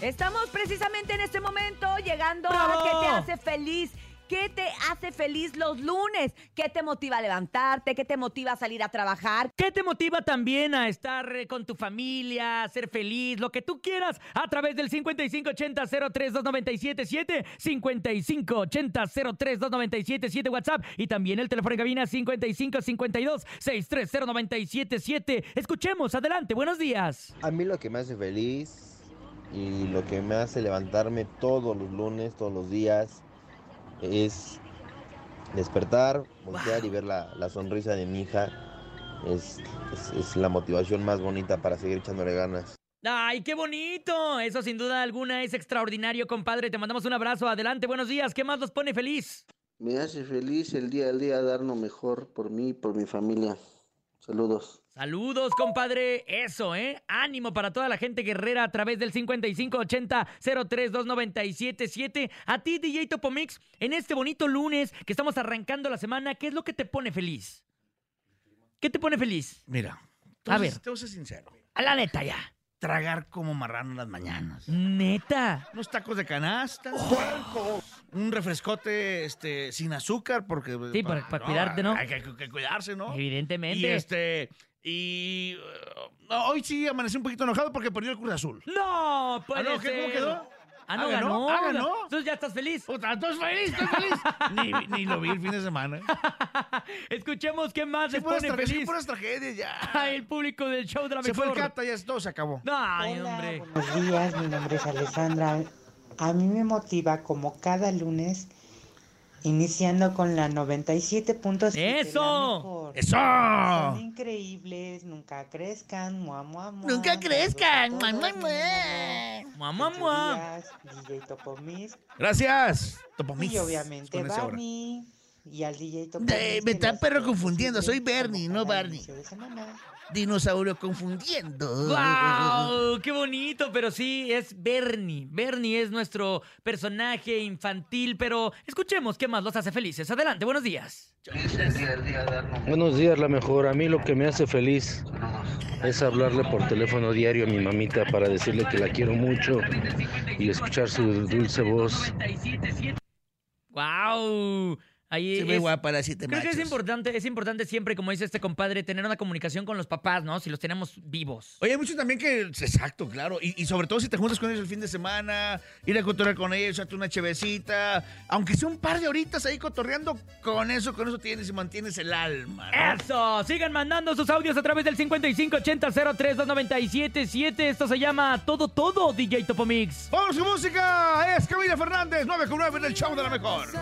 Estamos precisamente en este momento llegando ¡Bravo! a qué te hace feliz. ¿Qué te hace feliz los lunes? ¿Qué te motiva a levantarte? ¿Qué te motiva a salir a trabajar? ¿Qué te motiva también a estar eh, con tu familia, a ser feliz, lo que tú quieras? A través del 5580-032977, 5580-032977, WhatsApp y también el teléfono en cabina 5552-630977. Escuchemos, adelante, buenos días. A mí lo que me hace feliz y lo que me hace levantarme todos los lunes, todos los días, es despertar, voltear y ver la, la sonrisa de mi hija. Es, es- es la motivación más bonita para seguir echándole ganas. ¡Ay, qué bonito! Eso sin duda alguna es extraordinario, compadre. Te mandamos un abrazo, adelante, buenos días. ¿Qué más nos pone feliz? Me hace feliz el día al día darnos mejor por mí y por mi familia. Saludos. Saludos, compadre. Eso, ¿eh? Ánimo para toda la gente guerrera a través del 5580-032977. A ti, DJ Topomix, en este bonito lunes que estamos arrancando la semana, ¿qué es lo que te pone feliz? ¿Qué te pone feliz? Mira, A a ver. ver. te voy a ser sincero. A la neta ya. Tragar como marrano en las mañanas. Mm. Neta. Unos tacos de canasta. Oh. Un refrescote este, sin azúcar porque... pues, Sí, para- para cuidarte, ¿no? Hay que, hay que cuidarse, ¿no? Evidentemente. Y este... Y... uh, hoy sí amanecí un poquito enojado porque perdió el Cruz Azul. No, puede Ah, no, ¿qué? ser. ¿Cómo quedó? Ah, no, Ah, ganó. ganó, ah, ganó. Entonces ya estás feliz. Puta, estoy feliz, estoy feliz. ni, ni lo vi el fin de semana. Escuchemos qué más Sí, les puras, pone tragedias, sí, feliz puras tragedias ya. a el público del show de la Se fue el mejor. Cata, ya es- todo se acabó. No, ay, Hola, hombre. Buenos días, mi nombre es Alessandra. A mí me motiva como cada lunes, iniciando con la 97.7. la ¡Eso! mejor. ¡Eso! Son increíbles, nunca crezcan, mua, mua, mua. Nunca crezcan, Saludos mua, a mua, todos, mi mua. hermano. Mua, mua, Ocho mua. días, DJ Topomis. Gracias. Topomis. Y obviamente con esa hora. Barney. Y al DJ Topomis. me que está los perro todos confundiendo, soy siguen como Bernie, cada no Barney. inicio de semana. Dinosaurio confundiendo. ¡Wow! ¡Qué bonito! Pero sí, es Bernie. Bernie es nuestro personaje infantil, pero escuchemos qué más los hace felices. Adelante, buenos días. Buenos días, la mejor. A mí lo que me hace feliz es hablarle por teléfono diario a mi mamita para decirle que la quiero mucho y escuchar su dulce voz. ¡Wow! Ahí Se es- ve guapa la siete Creo que es machos. importante, es importante siempre, como dice este compadre, tener una comunicación con los papás, ¿no? Si los tenemos vivos. Oye, hay muchos también que. Exacto, claro. Y, y sobre todo si te juntas con ellos el fin de semana, ir a cotorrear con ellos, echarte una chevecita. Aunque sea un par de horitas ahí cotorreando, con eso, con eso tienes y mantienes el alma. ¿no? ¡Eso! Sigan mandando sus audios a través del 5580-032977. Esto se llama Todo Todo, DJ Topomix. Vamos con música. Es Camila Fernández, 9 con 9 en el Chavo de la Mejor.